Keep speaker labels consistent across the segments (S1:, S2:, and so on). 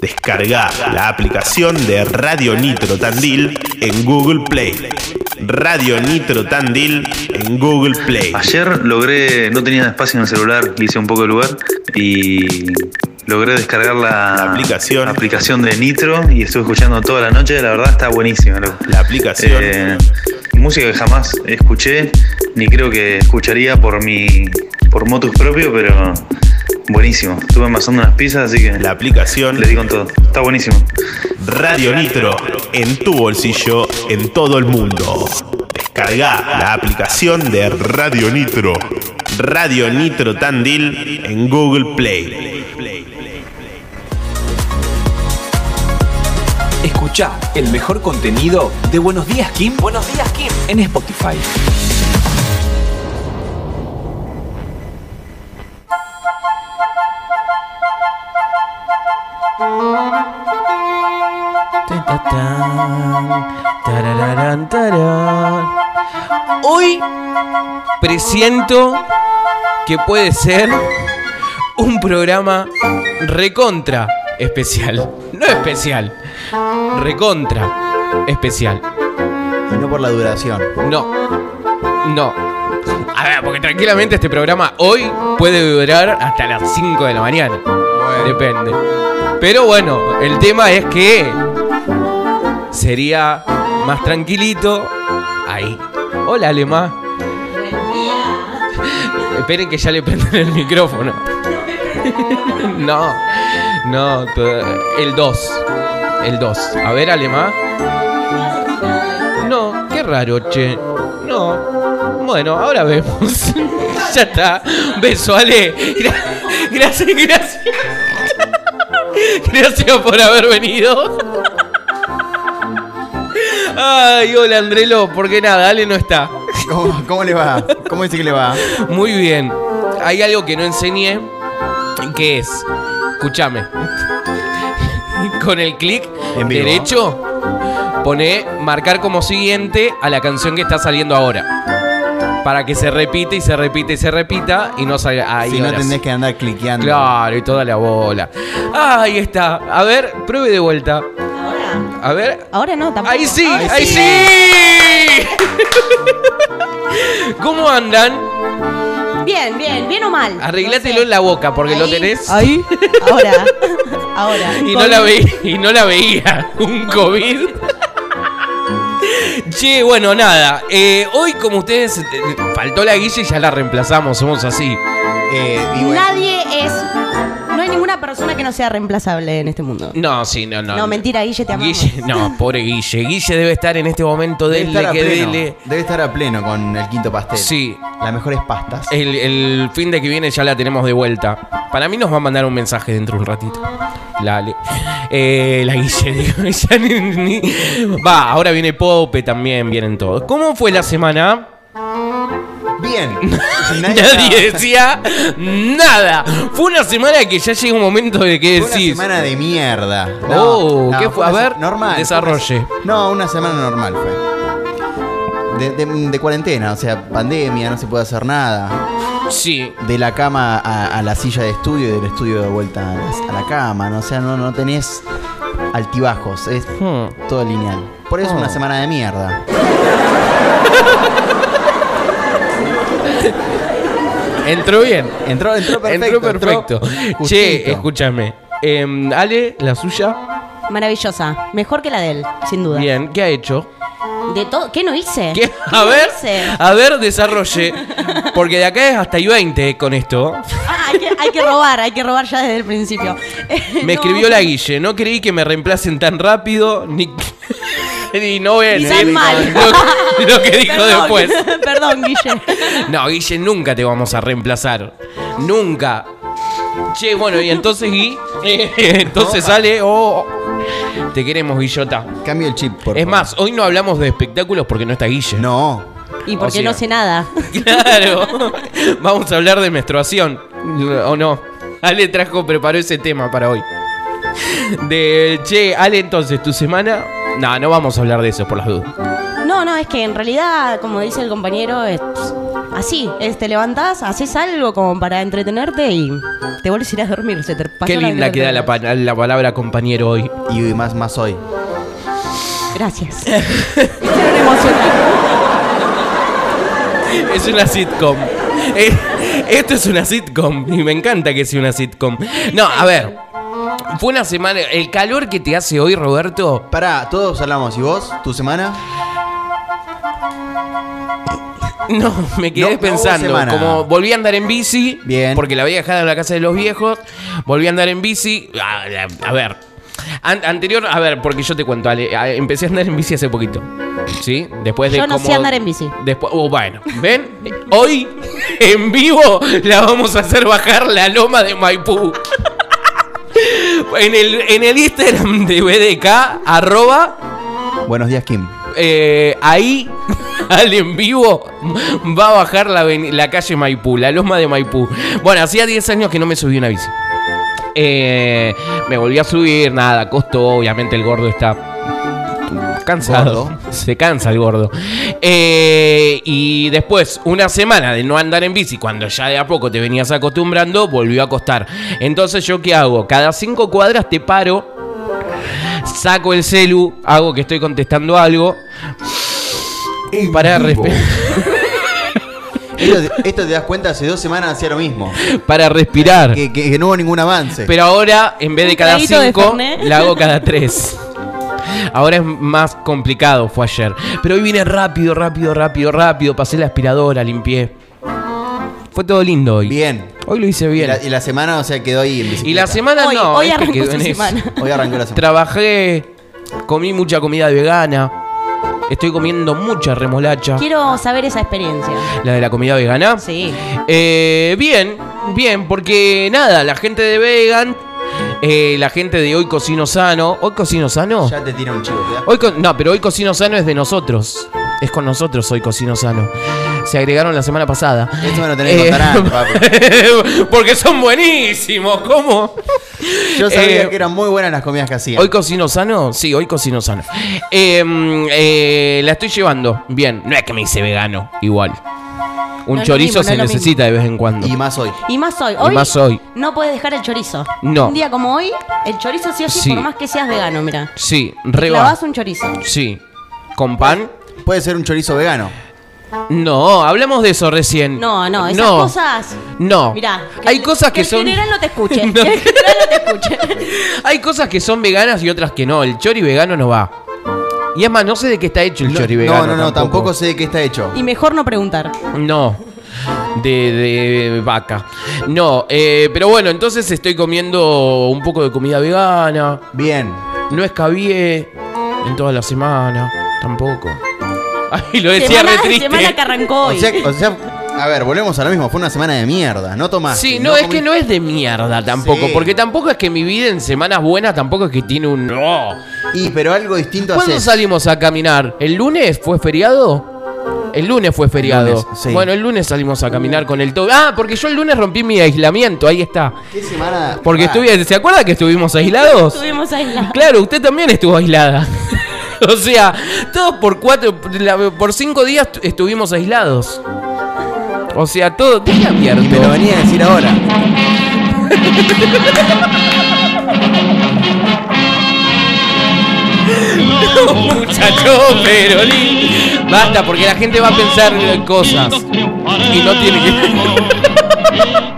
S1: Descarga la aplicación de Radio Nitro Tandil en Google Play. Radio Nitro Tandil en Google Play.
S2: Ayer logré, no tenía espacio en el celular, hice un poco de lugar y logré descargar la,
S1: La aplicación.
S2: la aplicación de Nitro y estuve escuchando toda la noche. La verdad está buenísima. loco.
S1: La aplicación.
S2: Eh, música que jamás escuché, ni creo que escucharía por mi por motus propio, pero buenísimo. Estuve amasando unas pizzas, así que
S1: La aplicación
S2: le di con todo. Está buenísimo.
S1: Radio Nitro en tu bolsillo en todo el mundo. Descarga la aplicación de Radio Nitro. Radio Nitro Tandil en Google Play.
S3: Escucha el mejor contenido de Buenos Días Kim. Buenos Días Kim en Spotify.
S4: Tatatán, tarararán, tarán. Hoy presiento que puede ser un programa recontra especial. No especial, recontra especial.
S5: Y no por la duración.
S4: No, no. A ver, porque tranquilamente este programa hoy puede durar hasta las 5 de la mañana. Depende. Pero bueno, el tema es que sería más tranquilito ahí. Hola, Alema. Esperen que ya le prenden el micrófono. no, no, to- el 2. El 2. A ver, Alema. No, qué raro, che. No. Bueno, ahora vemos. ya está. Beso, Ale. Gra- Gracias, gracias. Gracias por haber venido. Ay, hola Andrelo, porque nada, Ale no está.
S5: ¿Cómo, cómo le va? ¿Cómo dice que le va?
S4: Muy bien. Hay algo que no enseñé, que es, escúchame, con el clic
S5: En vivo.
S4: derecho pone marcar como siguiente a la canción que está saliendo ahora. Para que se repite y se repite y se repita y no salga ah, ahí.
S5: si no
S4: ahora sí.
S5: tendés que andar cliqueando.
S4: Claro, y toda la bola. Ah, ahí está. A ver, pruebe de vuelta. A ver,
S6: Ahora no, tampoco.
S4: Ahí sí,
S6: Ahora
S4: ahí sí. ¿Cómo andan?
S6: Bien, bien, bien o mal.
S4: Arreglátelo
S6: No sé.
S4: en la boca porque lo
S6: Ahí.
S4: tenés
S5: Ahí.
S6: Ahora. Ahora.
S4: y no la veía, y no la veía. Un COVID. Che, bueno, nada. eh, hoy, como ustedes, eh, faltó la guilla y ya la reemplazamos. Somos así.
S5: Eh, y bueno,
S6: Nadie es. No hay ninguna persona que no sea reemplazable en este mundo.
S4: No, sí, no, no.
S6: No, mentira, Guille, te amamos.
S4: Guille, no, pobre Guille. Guille debe estar en este momento
S5: debe,
S4: del
S5: estar a
S4: que
S5: pleno,
S4: dele.
S5: debe estar a pleno con el quinto pastel.
S4: Sí, Eh.
S5: Las mejores pastas.
S4: El, el fin de que viene ya la tenemos de vuelta. Para mí nos va a mandar un mensaje dentro de un ratito. La, Ale- eh, la Guille, digo, ya ni- ni- Va, ahora viene Pope también, vienen todos. ¿Cómo fue la semana?
S5: Bien.
S4: Nadie decía nada. Fue una semana que ya llega un momento de que
S5: Fue una
S4: decís.
S5: semana de mierda.
S4: Oh, ¿qué fue? A
S5: una se-
S4: ver,
S5: normal.
S4: desarrolle.
S5: No, una semana normal fue. De, de- de cuarentena, o sea, pandemia, no se puede hacer nada.
S4: Sí.
S5: De la cama a, a la silla de estudio y del estudio de vuelta a la, a la cama, ¿no? O sea, no, no tenés altibajos, es
S4: Hmm.
S5: todo lineal. Por eso
S4: Oh.
S5: una semana de mierda.
S4: Entró bien.
S5: Entró, entró perfecto.
S4: Entró perfecto. Che,
S5: justito.
S4: escúchame. Em, Ale, la suya.
S6: Maravillosa. Mejor que la de él, sin duda.
S4: Bien, ¿qué ha hecho?
S6: De todo. ¿Qué no hice?
S4: ¿Qué?
S6: ¿Qué
S4: A
S6: no
S4: ver,
S6: hice?
S4: a ver, desarrolle. Porque de acá es hasta y 20 con esto.
S6: Ah, hay, que, hay que robar, hay que robar ya desde el principio.
S4: Me
S6: No.
S4: escribió la Guille. No creí que me reemplacen tan rápido. Ni, y no voy a
S6: Ni
S4: decir
S6: tan mal.
S4: Lo, lo que dijo
S6: Perdón.
S4: después.
S6: Perdón, Guille.
S4: No, Guille, nunca te vamos a reemplazar. Nunca. Che, bueno, y entonces, Gui. eh, entonces sale. Oh, oh. te queremos, Guillota.
S5: Cambio el chip, por
S4: Es
S5: favor.
S4: más, hoy no hablamos de espectáculos porque no está Guille.
S5: No.
S6: Y porque
S4: O sea.
S6: no sé nada.
S4: Claro. Vamos a hablar de menstruación. ¿O no? Ale trajo, preparó ese tema para hoy. De, che, Ale, entonces, ¿tu semana? No, no vamos a hablar de eso por las dudas.
S6: No, no, es que en realidad, como dice el compañero, es- así, es, te levantás, haces algo como para entretenerte y te vuelves a ir a dormir. Se te pasó
S4: Qué
S6: la
S4: linda queda la, pa- la palabra compañero hoy.
S5: Y más, más hoy.
S6: Gracias. Me hicieron emocionar.
S4: Es una sitcom. Eh, esto es una sitcom y me encanta que sea una sitcom. No, a ver. Fue una semana. El calor que te hace hoy, Roberto.
S5: Pará, todos hablamos. ¿Y vos? ¿Tu semana?
S4: No, me quedé
S5: No, no hubo
S4: pensando.
S5: semana.
S4: como volví a andar en bici.
S5: Bien.
S4: Porque la había dejado en la casa de los viejos. Volví a andar en bici. A, a- a ver. An- anterior, a ver, porque yo te cuento, Ale, a- empecé a andar en bici hace poquito. ¿Sí? Después de
S6: Yo no sé
S4: cómo-
S6: andar en bici.
S4: Después, oh, bueno, ven, hoy en vivo la vamos a hacer bajar la loma de Maipú. En el, en el Instagram de BDK, arroba,
S5: Buenos días, Kim.
S4: eh, ahí al en vivo va a bajar la, aveni- la calle Maipú, la loma de Maipú. Bueno, hacía 10 años que no me subí una bici. Eh, me volví a subir, nada, costó, obviamente el gordo está cansado.
S5: Gordo.
S4: Se cansa el gordo. Eh, y después, una semana de no andar en bici, cuando ya de a poco te venías acostumbrando, volvió a costar. Entonces, ¿yo qué hago? Cada cinco cuadras te paro. Saco el celu, hago que estoy contestando algo. Para, respi-
S5: Esto, te- esto te das cuenta, hace dos semanas hacía lo mismo.
S4: para respirar.
S5: Que, que- que no hubo ningún avance.
S4: Pero ahora, en vez de
S6: Un
S4: cada
S6: traguito de
S4: cinco,
S6: Fernet.
S4: la hago cada tres. Ahora es más complicado, fue ayer. Pero hoy vine rápido, rápido, rápido, rápido. Pasé la aspiradora, limpié. Fue todo lindo hoy.
S5: bien.
S4: Hoy lo hice
S5: Y
S4: bien.
S5: la, y la semana, o sea, quedó ahí en bicicleta.
S4: Y la semana
S6: Hoy-
S4: no.
S6: hoy
S4: esto
S6: arrancó
S4: quedó
S6: su
S4: en eso.
S6: semana.
S5: Hoy arrancó la semana.
S4: Trabajé, comí mucha comida vegana. Estoy comiendo mucha remolacha.
S6: Quiero saber esa experiencia.
S4: La de la comida vegana.
S6: Sí.
S4: Eh, bien, bien, porque nada, la gente de Vegan, eh, la gente de Hoy Cocino Sano. ¿Hoy Cocino Sano?
S5: Ya te tira un chivo, ¿te das
S4: Hoy co- no, pero Hoy Cocino Sano es de nosotros. Es con nosotros Hoy Cocino Sano. Se agregaron la semana pasada.
S5: Esto me lo tenés que
S4: Eh,
S5: contar antes, papi.
S4: porque son buenísimos, ¿cómo?
S5: Yo sabía
S4: Eh,
S5: que eran muy buenas las comidas que hacían.
S4: ¿Hoy cocino sano? Sí, hoy cocino sano. Eh, mm, eh, la estoy llevando. Bien. No es que me hice vegano. Igual. Un
S6: No es lo
S4: chorizo
S6: mismo, no
S4: se
S6: es lo
S4: necesita de vez en cuando.
S5: Y más hoy.
S6: Y más hoy. Hoy,
S4: más hoy.
S6: No puedes dejar el chorizo.
S4: No.
S6: Un día como hoy, el chorizo sí o sí,
S4: Sí.
S6: por más que seas vegano, mira.
S4: Sí, re va.
S6: Clavas un chorizo.
S4: Sí. ¿Con pan?
S5: Puede ser un chorizo vegano.
S4: No, hablamos de eso recién.
S6: No, no, esas
S4: No.
S6: cosas.
S4: No.
S6: Mirá.
S4: Hay
S6: el-
S4: cosas que, son.
S6: El general no te escuche.
S4: No.
S6: Que el general no te escuche.
S4: Hay cosas que son veganas y otras que no. El chori vegano no va. Y es más, no sé de qué está hecho el
S5: No,
S4: chori
S5: no,
S4: vegano.
S5: no, no, tampoco. sé de qué está hecho.
S6: Y mejor no preguntar.
S4: No. De, de vaca. No, eh, pero bueno, entonces estoy comiendo un poco de comida vegana.
S5: Bien.
S4: No escabié en toda la semana. Tampoco. Ay, lo decía
S6: semana,
S4: re triste.
S6: semana que arrancó
S5: O
S6: hoy.
S5: sea, o sea, a ver, volvemos a lo mismo. Fue una semana de mierda. Ah, No tomaste.
S4: Sí, no, es que
S5: comiste.
S4: no es de mierda tampoco.
S5: Sí.
S4: Porque tampoco es que mi vida en semanas buenas tampoco es que tiene un. ¡Oh!
S5: Y, pero algo distinto
S4: ¿Cuándo
S5: haces.
S4: salimos a caminar? ¿El lunes fue feriado? El lunes fue feriado.
S5: lunes, sí.
S4: Bueno, el lunes salimos a caminar con el todo. Ah, porque yo el lunes rompí mi aislamiento, ahí está.
S5: ¿Qué semana?
S4: Porque
S5: Ah,
S4: estuve, ¿se acuerda que estuvimos aislados?
S6: Estuvimos aislados.
S4: Claro, usted también estuvo aislada. o sea, todos por cuatro, la- por cinco días tu- estuvimos aislados. O sea, todo, todo abierto.
S5: Me lo venía a decir ahora.
S4: Muchacho, pero li- basta, porque la gente va a pensar cosas y no tiene que.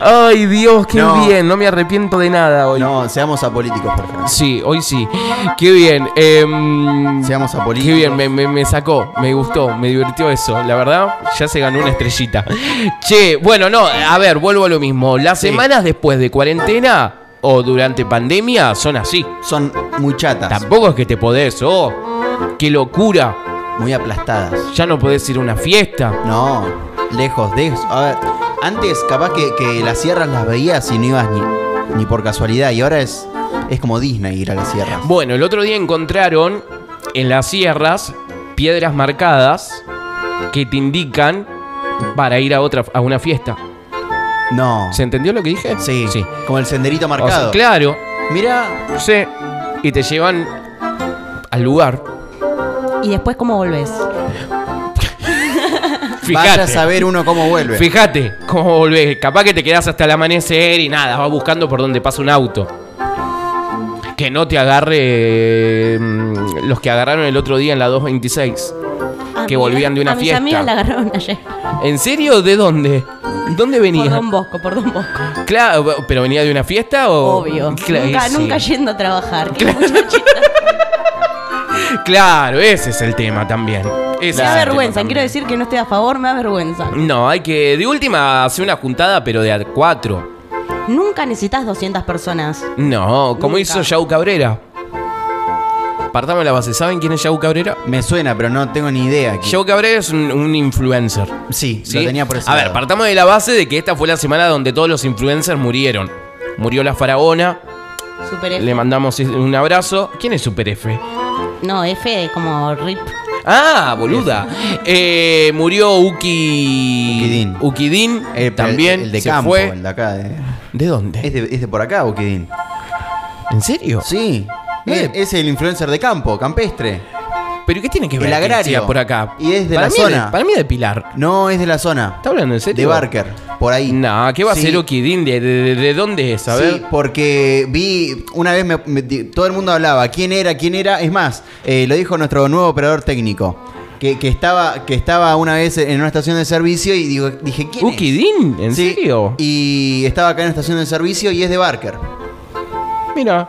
S4: Ay, Dios, qué
S5: No.
S4: bien. No me arrepiento de nada hoy.
S5: No, seamos apolíticos, por favor.
S4: Sí, hoy sí. Qué bien. em,
S5: Seamos
S4: qué
S5: apolíticos.
S4: bien, me, me- me sacó, me gustó, me divirtió eso. La verdad, ya se ganó una estrellita. Che, bueno, no, a ver, vuelvo a lo mismo. Las
S5: Sí.
S4: semanas después de cuarentena o durante pandemia son así.
S5: Son muy chatas,
S4: Tampoco es que te podés, oh, qué locura.
S5: muy aplastadas.
S4: Ya no podés ir a una fiesta.
S5: No, lejos de eso. A ver, antes capaz que, que las sierras las veías y no ibas ni, ni por casualidad. Y ahora es, es como Disney ir a las sierras.
S4: Bueno, el otro día encontraron en las sierras piedras marcadas que te indican para ir a otra a una fiesta.
S5: No.
S4: ¿Se entendió lo que dije?
S5: Sí,
S4: Sí.
S5: como el senderito
S4: O sea,
S5: marcado.
S4: claro,
S5: Mira,
S4: sí. Y te llevan al lugar.
S6: Y después, ¿cómo volvés?
S5: Vaya a
S4: Fíjate.
S5: saber uno cómo vuelve.
S4: Fíjate cómo volvés. Capaz que te quedás hasta el amanecer y nada, vas buscando por donde pasa un auto. Que no te agarre mm, los que agarraron el otro día en la 226.
S6: A
S4: Que
S6: mi-
S4: volvían de una
S6: a
S4: fiesta.
S6: Mis amigas la agarraron ayer.
S4: ¿En serio? ¿De dónde? ¿Dónde
S6: Por
S4: venía?
S6: Don Bosco, por Don Bosco.
S4: Claro, pero venía de una fiesta o.
S6: Obvio.
S4: Cla-
S6: nunca,
S4: Oh, sí.
S6: nunca yendo a trabajar. Qué muchachita.
S4: Claro, ese es el tema también. Ese
S6: Me da
S4: es el
S6: vergüenza.
S4: tema
S6: Quiero
S4: también.
S6: decir que no estoy a favor, me da vergüenza.
S4: No, hay que. De última, hacer una juntada, pero de a cuatro.
S6: Nunca necesitas 200 personas.
S4: No, como
S6: Nunca.
S4: hizo Yau Cabrera. Partamos la base. ¿Saben quién es Yau Cabrera?
S5: Me suena, pero no tengo ni idea.
S4: Yau Cabrera es un, un influencer.
S5: Sí,
S4: ¿sí?
S5: lo tenía por ese
S4: A ver,
S5: lado.
S4: partamos de la base de que esta fue la semana donde todos los influencers murieron. Murió la faraona,
S6: Super F.
S4: le mandamos un abrazo. ¿Quién es Super F?
S6: No, F es como RIP.
S4: Ah, boluda. Eh, murió Uki.
S5: Ukidin.
S4: Ukidin,
S5: Eh, pero
S4: también.
S5: El, el de
S4: se
S5: campo,
S4: fue.
S5: el de acá. eh.
S4: ¿De dónde?
S5: ¿Es, de, es de por acá, Boquedín?
S4: ¿En serio?
S5: Sí.
S4: No
S5: Eh,
S4: de-
S5: Es el influencer de campo, campestre.
S4: ¿Pero qué tiene que ver
S5: El
S4: que
S5: agrario.
S4: sea por acá?
S5: Y es de
S4: Para
S5: la
S4: mí
S5: zona.
S4: para mí es de Pilar.
S5: No, es de la zona.
S4: ¿Está hablando en serio?
S5: De Barker, por ahí.
S4: No, ¿qué va
S5: Sí.
S4: a ser Ukidin? ¿De, de, de- de dónde es? A ver.
S5: Sí, porque vi, una vez me- me- di- todo el mundo hablaba, quién era, quién era, es más, eh, lo dijo nuestro nuevo operador técnico, que, que estaba, que estaba una vez en una estación de servicio y digo, dije, ¿quién es?".
S4: ¿Ukidin? ¿En
S5: Sí,
S4: serio?
S5: Y estaba acá en una estación de servicio y es de Barker.
S4: Mira.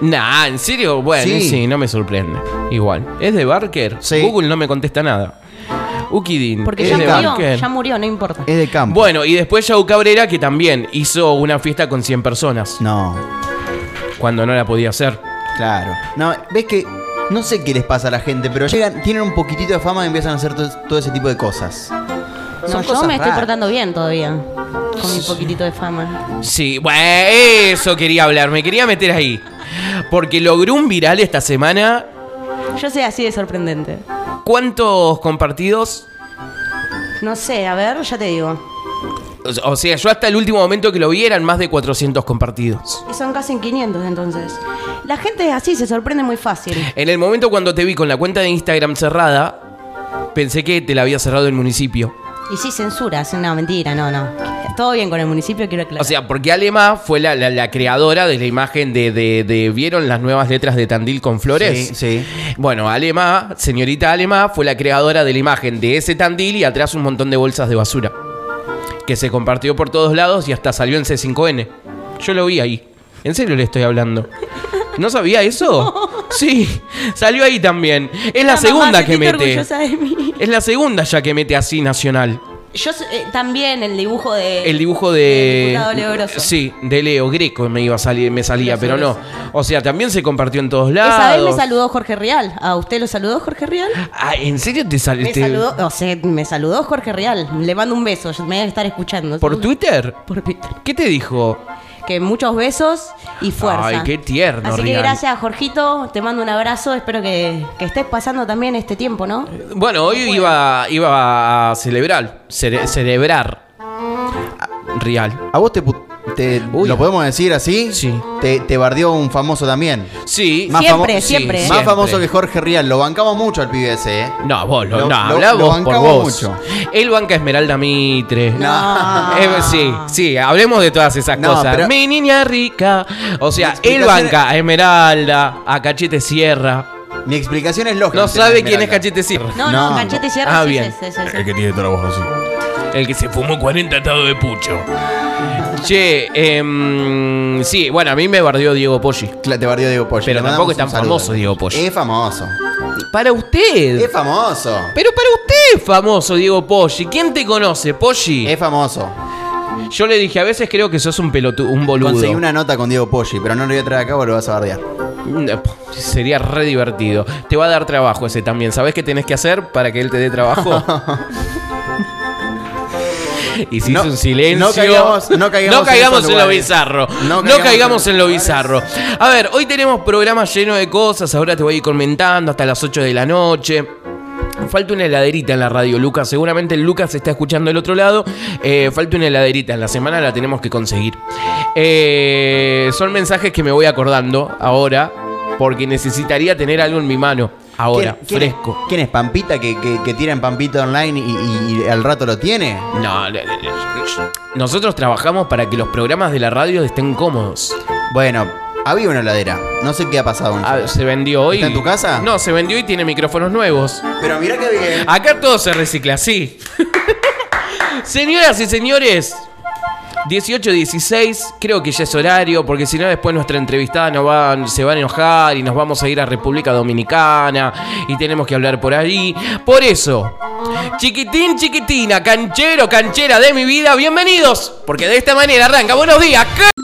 S4: Nah, ¿en serio? Bueno, sí.
S5: Sí.
S4: no me sorprende. Igual. ¿Es de Barker?
S5: Sí.
S4: Google no me contesta nada. Ukidin.
S6: Porque
S4: ¿es
S6: ya
S4: de Eh,
S6: murió,
S4: Barker?
S6: ya murió, no importa.
S5: Es de campo.
S4: Bueno, y después Yau Cabrera, que también hizo una fiesta con 100 personas,
S5: No,
S4: cuando no la podía hacer.
S5: claro. No, ves que no sé qué les pasa a la gente, pero llegan, tienen un poquitito de fama y empiezan a hacer to- todo ese tipo de cosas.
S6: No,
S5: Son
S6: yo
S5: cosas
S6: me estoy
S5: raras.
S6: portando bien todavía. Con mi poquitito de fama.
S4: Sí, bueno, eso quería hablar, me quería meter ahí. Porque logró un viral esta semana.
S6: Yo soy así de sorprendente.
S4: ¿Cuántos compartidos?
S6: No sé, a ver, ya te digo.
S4: O- O sea, yo hasta el último momento que lo vi eran más de 400 compartidos.
S6: Y son casi en 500 entonces. La gente es así, se sorprende muy fácil.
S4: En el momento cuando te vi con la cuenta de Instagram cerrada, pensé que te la había cerrado el municipio.
S6: Y sí, censura, es una mentira, no, no. Todo bien con el municipio, quiero aclarar.
S4: O sea, porque Alema fue la, la- la creadora de la imagen de, de- de- ¿Vieron las nuevas letras de Tandil con flores?
S5: Sí, sí.
S4: Bueno, Alema, señorita Alema, fue la creadora de la imagen de ese Tandil y atrás un montón de bolsas de basura. Que se compartió por todos lados y hasta salió en C5N. Yo lo vi ahí. En serio le estoy hablando. ¿No sabía eso? Sí, salió ahí también. Es la,
S6: mamá
S4: segunda
S6: se
S4: que
S6: siente
S4: mete.
S6: orgullosa de mí.
S4: Es la segunda ya que mete así nacional.
S6: Yo so- eh, también el dibujo de.
S4: El dibujo de.
S6: del diputado Leo Grosso.
S4: Sí, de Leo Greco me iba a salir, me salía, pero
S6: Grosso,
S4: no. O sea, también se compartió en todos lados.
S6: Esa vez me saludó Jorge Rial. ¿A usted lo saludó Jorge Rial?
S4: Ah, ¿en serio te sal-
S6: Me
S4: te-
S6: saludó, o sea, me saludó Jorge Rial. Le mando un beso, yo- me debe estar escuchando.
S4: ¿Por Twitter?
S6: Por Twitter.
S4: ¿Qué te dijo?
S6: Que muchos besos y fuerza.
S4: Ay, qué tierno,
S6: Así que
S4: Rial.
S6: gracias, Jorgito. Te mando un abrazo. Espero que, que estés pasando también este tiempo, ¿no?
S5: Eh,
S4: Bueno, hoy iba, iba a celebrar. cere- celebrar. Real.
S5: ¿A vos te, pu- te-
S4: Uy.
S5: lo podemos decir así?
S4: Sí.
S5: Te, te bardeó un famoso también.
S4: Sí.
S5: Más
S6: siempre,
S5: famo-
S4: sí,
S6: siempre.
S4: sí.
S5: Más famoso que Jorge Rial, lo bancamos mucho al pibe ese, ¿eh?
S4: No, vos, lo, no,
S5: Lo- lo-
S4: hablá
S5: lo
S4: vos por
S5: bancamos
S4: vos.
S5: mucho.
S4: Él banca a Esmeralda Mitre.
S5: No.
S4: Eh, sí, sí, hablemos de todas esas
S5: No,
S4: cosas.
S5: pero-
S4: Mi niña rica. O sea, él
S5: explicación-
S4: banca a Esmeralda, a Cachete Sierra.
S5: Mi explicación es lógica.
S4: No sabe quién es
S5: Esmeralda.
S4: Cachete Sierra.
S6: No, no,
S5: No.
S6: cachete y cierra.
S4: Ah,
S6: sí,
S4: bien.
S6: sí, sí, sí.
S7: El que tiene trabajo así.
S4: El que se fumó 40 atados de pucho. Che, em, sí, bueno, a mí me bardeó Diego Poggi.
S5: Cla- Te bardeó Diego Pollo.
S4: Pero
S5: Le
S4: tampoco
S5: mandamos
S4: es tan
S5: un saludo.
S4: famoso Diego Pollo.
S5: Es famoso.
S4: Para usted.
S5: Es famoso.
S4: Pero para usted es famoso Diego Poggi. ¿Quién te conoce, Poggi?
S5: Es famoso.
S4: Yo le dije, a veces creo que sos un pelotudo, un boludo.
S5: Conseguí una nota con Diego Poggi, pero no lo voy a traer acá porque lo vas a bardear.
S4: No, po, Mm, eh, Sería re divertido. Te va a dar trabajo ese también. ¿Sabés qué tenés que hacer para que él te dé trabajo? Hiciste
S5: No-
S4: un silencio.
S5: no caigamos- no caigamos
S4: No caigamos
S5: en esos
S4: en, lo
S5: lugares.
S4: bizarro. No
S5: No
S4: caigamos,
S5: caigamos
S4: en
S5: en
S4: lo
S5: lugares.
S4: bizarro. A ver, hoy tenemos programa lleno de cosas. Ahora te voy a ir comentando hasta las 8 de la noche. Falta una heladerita en la radio, Lucas. Seguramente el Lucas está escuchando del otro lado. Eh, falta una heladerita. En la semana la tenemos que conseguir. Eh, son mensajes que me voy acordando ahora. Porque necesitaría tener algo en mi mano. Ahora,
S5: ¿Quién- quién-
S4: fresco.
S5: ¿Quién es Pampita que, que, que tira en Pampita online y, y- y al rato lo tiene?
S4: No, le- le- le- nosotros trabajamos para que los programas de la radio estén cómodos.
S5: Bueno, había una heladera. No sé qué ha pasado.
S4: Ah,
S5: Gonzalo.
S4: se vendió hoy.
S5: ¿Está en tu casa?
S4: No, se vendió y tiene micrófonos nuevos.
S5: Pero mirá que bien.
S4: Acá todo se recicla, sí. Señoras y señores, 18-16, creo que ya es horario, porque si no después nuestra entrevistada nos va, se va a enojar y nos vamos a ir a República Dominicana y tenemos que hablar por allí. Por eso, chiquitín, chiquitina, canchero, canchera de mi vida, bienvenidos, porque de esta manera arranca. Buenos días, ¿qué?